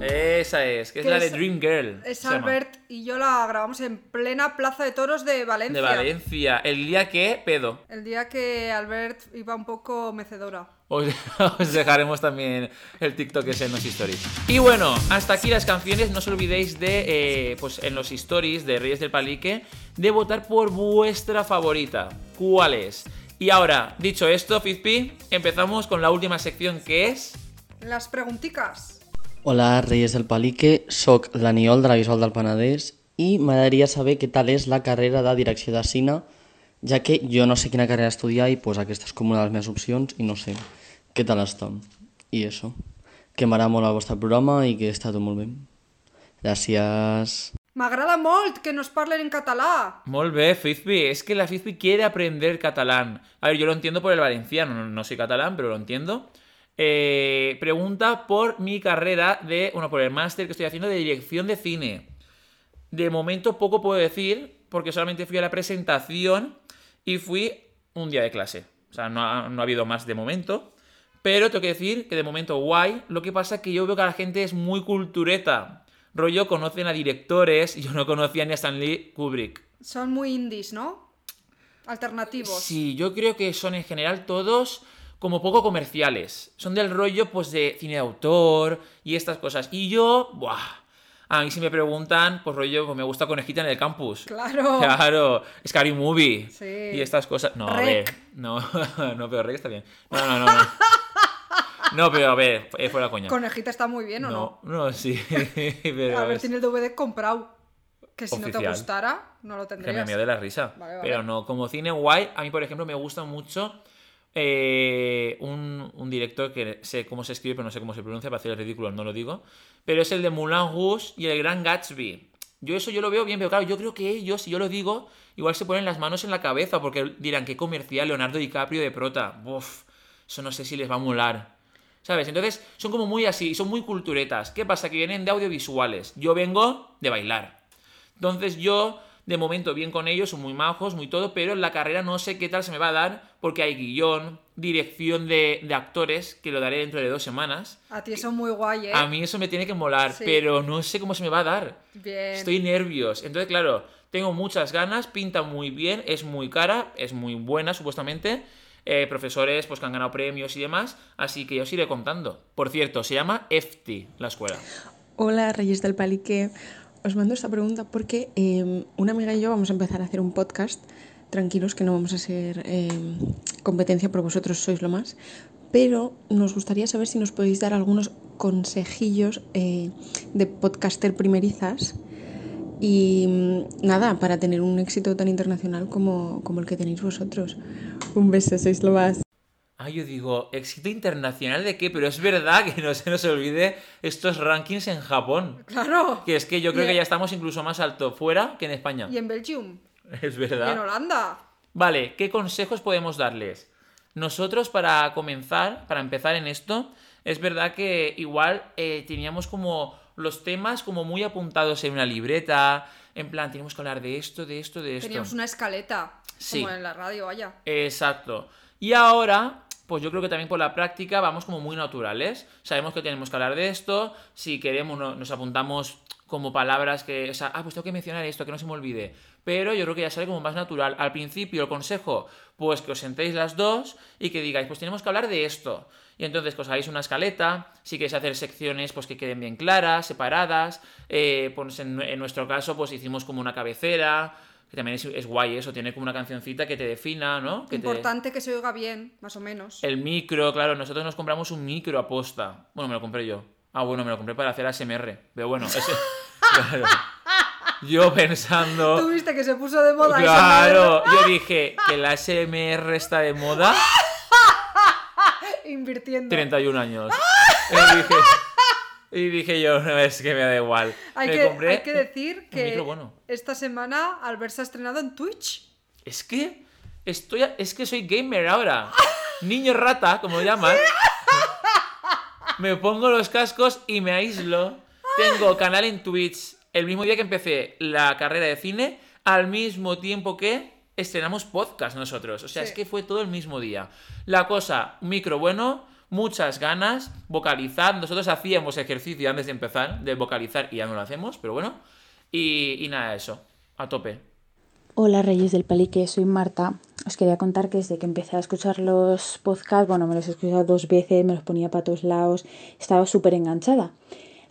S2: Esa es, que es
S3: Que
S2: la de
S3: es-
S2: Dream Girl.
S3: Es
S2: se llama.
S3: Albert y yo la grabamos en plena Plaza de Toros de Valencia.
S2: De Valencia. El día que pedo.
S3: El día que Albert iba un poco mecedora.
S2: Os, os dejaremos también el TikTok ese en los stories. Y bueno, hasta aquí las canciones. No os olvidéis de, eh, pues en los stories de Reyes del Palique, de votar por vuestra favorita. ¿Cuál es? Y ahora, dicho esto, Fizpi, empezamos con la última sección que es...
S3: Las pregunticas.
S9: Hola, Reyes del Palique, soc l'Aniol de la Visual del Penedès i m'agradaria saber què tal és la carrera de direcció de cine, ja que jo no sé quina carrera estudiar i pues, aquesta és com una de les meves opcions i no sé què tal està. I això, que m'agrada molt el vostre programa i que està tot molt bé. Gràcies.
S3: M'agrada molt que nos parlen en català.
S2: Molt bé, Fizpi. Es que la Fizpi quiere aprender catalán. A ver, yo lo entiendo por el valenciano. No, no soy catalán, pero lo entiendo. Eh, pregunta por mi carrera de... Bueno, por el máster que estoy haciendo de dirección de cine. De momento poco puedo decir porque solamente fui a la presentación y fui un día de clase. O sea, no ha, no ha habido más de momento. Pero tengo que decir que de momento guay. Lo que pasa es que yo veo que la gente es muy cultureta. Rollo, conocen a directores. Yo no conocía ni a Stanley Kubrick.
S3: Son muy indies, ¿no? Alternativos.
S2: Sí, yo creo que son en general todos como poco comerciales. Son del rollo, pues, de cine de autor y estas cosas. Y yo, ¡buah! A mí si me preguntan, pues rollo, pues me gusta Conejita en el campus.
S3: Claro.
S2: Claro, Scary Movie.
S3: Sí.
S2: Y estas cosas. No, a
S3: Rec.
S2: ver. No, no, pero Rec está bien. No, no, no. No, no pero a ver, eh, fuera coña.
S3: Conejita está muy bien, ¿o no?
S2: no, no, sí. pero
S3: A ver,
S2: es-
S3: tiene el DVD comprado. Que si no te
S2: Oficial.
S3: gustara, no lo
S2: Que me
S3: tendrías.
S2: meo de la risa.
S3: Vale, vale.
S2: Pero no, como cine guay, a mí, por ejemplo, me gusta mucho eh, un, un director que sé cómo se escribe, pero no sé cómo se pronuncia, para hacer el ridículo, no lo digo. Pero es el de Moulin Rouge y el Gran Gatsby. Yo eso yo lo veo bien, pero claro, yo creo que ellos, si yo lo digo, igual se ponen las manos en la cabeza porque dirán que comercial Leonardo DiCaprio de prota. Uf, eso no sé si les va a molar. ¿Sabes? Entonces son como muy así, son muy culturetas. ¿Qué pasa? Que vienen de audiovisuales. Yo vengo de bailar. Entonces yo, de momento, bien con ellos, son muy majos, muy todo, pero en la carrera no sé qué tal se me va a dar, porque hay guión, dirección de, de actores, que lo daré dentro de dos semanas.
S3: A ti eso muy guay, ¿eh?
S2: A mí eso me tiene que molar,
S3: Sí.
S2: pero no sé cómo se me va a dar.
S3: Bien.
S2: Estoy nervios. Entonces, claro, tengo muchas ganas, pinta muy bien, es muy cara, es muy buena, supuestamente. Eh, profesores pues, que han ganado premios y demás, así que yo os iré contando. Por cierto, se llama EFTI la escuela.
S10: Hola, Reyes del Palique. Os mando esta pregunta porque eh, una amiga y yo vamos a empezar a hacer un podcast. Tranquilos, que no vamos a ser eh, competencia, porque vosotros sois lo más. Pero nos gustaría saber si nos podéis dar algunos consejillos eh, de podcaster primerizas. Y mm, nada, para tener un éxito tan internacional como, como el que tenéis vosotros. Un beso, sois lo más.
S2: Ah, yo digo, éxito internacional de qué, pero es verdad que no se nos olvide estos rankings en Japón.
S3: Claro.
S2: Que es que yo creo
S3: Y-
S2: que ya estamos incluso más alto fuera que en España.
S3: Y en Belgium.
S2: Es
S3: Y en
S2: verdad.
S3: Holanda.
S2: Vale, ¿qué consejos podemos darles? Nosotros para comenzar, para empezar en esto, es verdad que igual eh, teníamos como los temas como muy apuntados en una libreta, en plan, tenemos que hablar de esto, de esto, de esto.
S3: Teníamos una escaleta.
S2: Sí.
S3: Como en la radio, vaya.
S2: Exacto. Y ahora, pues yo creo que también por la práctica vamos como muy naturales. Sabemos que tenemos que hablar de esto. Si queremos, no- nos apuntamos como palabras que. O sea, ah, pues tengo que mencionar esto, que no se me olvide. Pero yo creo que ya sale como más natural. Al principio, el consejo, pues que os sentéis las dos y que digáis, pues tenemos que hablar de esto. Y entonces que os hagáis una escaleta, si queréis hacer secciones pues que queden bien claras, separadas, eh, pues en, en nuestro caso pues hicimos como una cabecera, que también es, es guay eso, tener como una cancioncita que te defina, ¿no? Que te-
S3: Importante que se oiga bien, más o menos.
S2: el micro, claro, nosotros nos compramos un micro a posta. Bueno, me lo compré yo. Ah, bueno, me lo compré para hacer ASMR. Pero bueno, ese... claro. Yo pensando...
S3: Tú viste que se puso de moda eso,
S2: Claro, yo dije que la ASMR está de moda.
S3: ¿no? Invirtiendo.
S2: 31 años. Y dije, y dije yo, no, es que me da igual.
S3: Hay,
S2: Me
S3: que,
S2: compré
S3: hay que
S2: un-
S3: decir
S2: un
S3: que
S2: micro bueno.
S3: esta semana Albert se ha estrenado en Twitch.
S2: Es que estoy es que soy gamer ahora. Niño rata, como lo llaman. Me pongo los cascos y me aíslo. Tengo canal en Twitch. El mismo día que empecé la carrera de cine, al mismo tiempo que estrenamos podcast nosotros. O sea,
S3: Sí.
S2: es que fue todo el mismo día. La cosa, un micro bueno, muchas ganas, vocalizar. Nosotros hacíamos ejercicio antes de empezar, de vocalizar, y ya no lo hacemos, pero bueno. Y, y nada, eso. A tope.
S11: Hola Reyes del Palique, soy Marta. Os quería contar que desde que empecé a escuchar los podcasts, bueno, me los he escuchado dos veces, me los ponía para todos lados, estaba súper enganchada.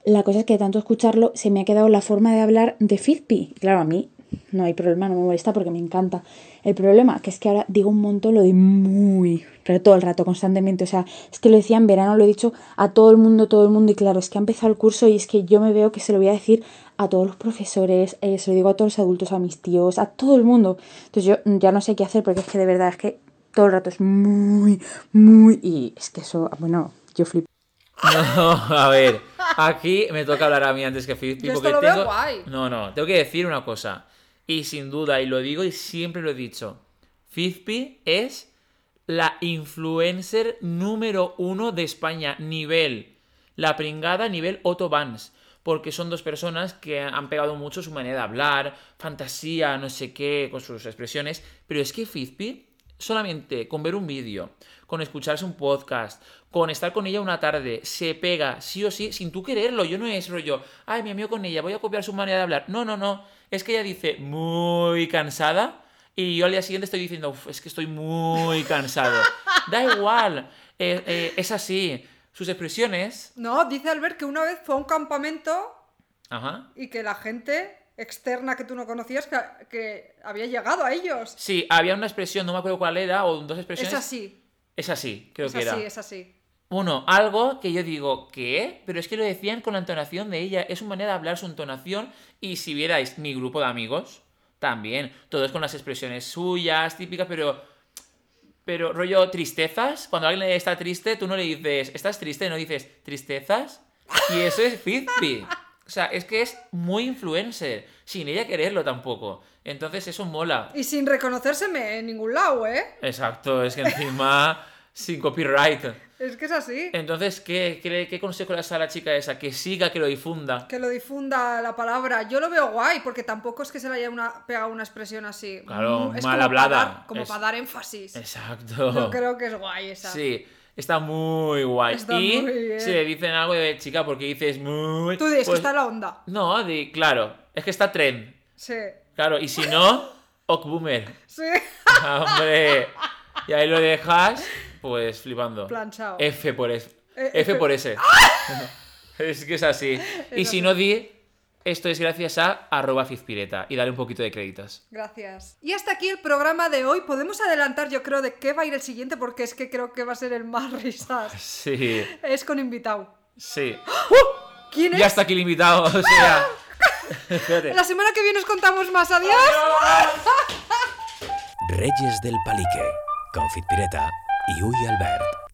S11: La cosa es que de tanto escucharlo se me ha quedado la forma de hablar de Fitpi. Claro, a mí no hay problema, no me molesta porque me encanta. El problema que es que ahora digo un montón lo de muy, pero todo el rato, constantemente. O sea, es que lo decía en verano, lo he dicho a todo el mundo, todo el mundo. Y claro, es que ha empezado el curso y es que yo me veo que se lo voy a decir a todos los profesores, eh, se lo digo a todos los adultos, a mis tíos, a todo el mundo. Entonces yo mm, ya no sé qué hacer porque es que de verdad es que todo el rato es muy, muy. Y es que eso, bueno, yo flipo.
S2: No, a ver, aquí me toca hablar a mí antes que Fizpi.
S11: Yo esto
S2: porque
S11: lo veo
S2: tengo-
S11: guay.
S2: No, no, tengo que decir una cosa. Y sin duda, y lo digo y siempre lo he dicho. Fizpi es la influencer número uno de España, nivel la pringada, nivel Otto Vance. Porque son dos personas que han pegado mucho su manera de hablar, fantasía, no sé qué, con sus expresiones. Pero es que Fizpi, solamente con ver un vídeo, con escucharse un podcast, con estar con ella una tarde, se pega, sí o sí, sin tú quererlo. Yo no es rollo, ay, mi amigo con ella, voy a copiar su manera de hablar. No, no, no. Es que ella dice, muy cansada. Y yo al día siguiente estoy diciendo, "Uf, es que estoy muy cansado. da igual, eh, eh, es así. Sus expresiones.
S3: No, dice Albert que una vez fue a un campamento
S2: Ajá.
S3: y que la gente externa que tú no conocías que, que había llegado a ellos.
S2: Sí, había una expresión, no me acuerdo cuál era, o dos expresiones.
S3: Es así,
S2: Es así, creo
S3: es
S2: que
S3: así,
S2: era.
S3: es así.
S2: Uno, algo que yo digo, ¿qué? Pero es que lo decían con la entonación de ella, es su manera de hablar, su entonación, y si vierais mi grupo de amigos, también, todos con las expresiones suyas, típicas, pero... Pero rollo tristezas, cuando alguien está triste, tú no le dices, ¿estás triste? No dices, ¿tristezas? Y eso es Fitbit. O sea, es que es muy influencer, sin ella quererlo tampoco. Entonces eso mola.
S3: Y sin reconocérseme en ningún lado, ¿eh?
S2: Exacto, es que encima sin copyright.
S3: Es que es
S2: Eh,
S3: así.
S2: Entonces, ¿qué, qué, qué consejo le das a la chica esa? Que siga, que lo difunda.
S3: Que lo difunda la palabra. Yo lo veo guay, porque tampoco es que se le haya una, pegado una expresión así.
S2: Claro,
S3: Mm, es
S2: mal
S3: como
S2: hablada.
S3: Para dar, como
S2: Es-
S3: para dar énfasis.
S2: Exacto.
S3: Yo creo que es guay esa.
S2: Sí, está muy guay.
S3: Está
S2: y
S3: muy bien.
S2: si le dicen algo de chica porque dices muy...
S3: Tú dices
S2: pues-
S3: que está la onda.
S2: No, di- claro, es que está tren.
S3: Sí,
S2: Claro, y si no, ok boomer. Ah,
S3: sí.
S2: Hombre, y ahí lo dejas, pues flipando.
S3: Planchao.
S2: F por S.
S3: Eh,
S2: F
S3: F. ¡Ah!
S2: por S. es que es así. y
S3: Es
S2: si
S3: así.
S2: no di, esto es gracias a arroba fizpireta y dale un poquito de créditos.
S3: Gracias. Y hasta aquí el programa de hoy. Podemos adelantar, yo creo, de qué va a ir el siguiente, porque es que creo que va a ser el más risas.
S2: Sí,
S3: Es con invitado.
S2: sí.
S3: ¿Quién es?
S2: Ya está aquí el invitado, o sea. Espérate.
S3: La semana que viene os contamos más. ¡Adiós!
S4: Reyes del Palique, Confit Pireta y Uy Albert.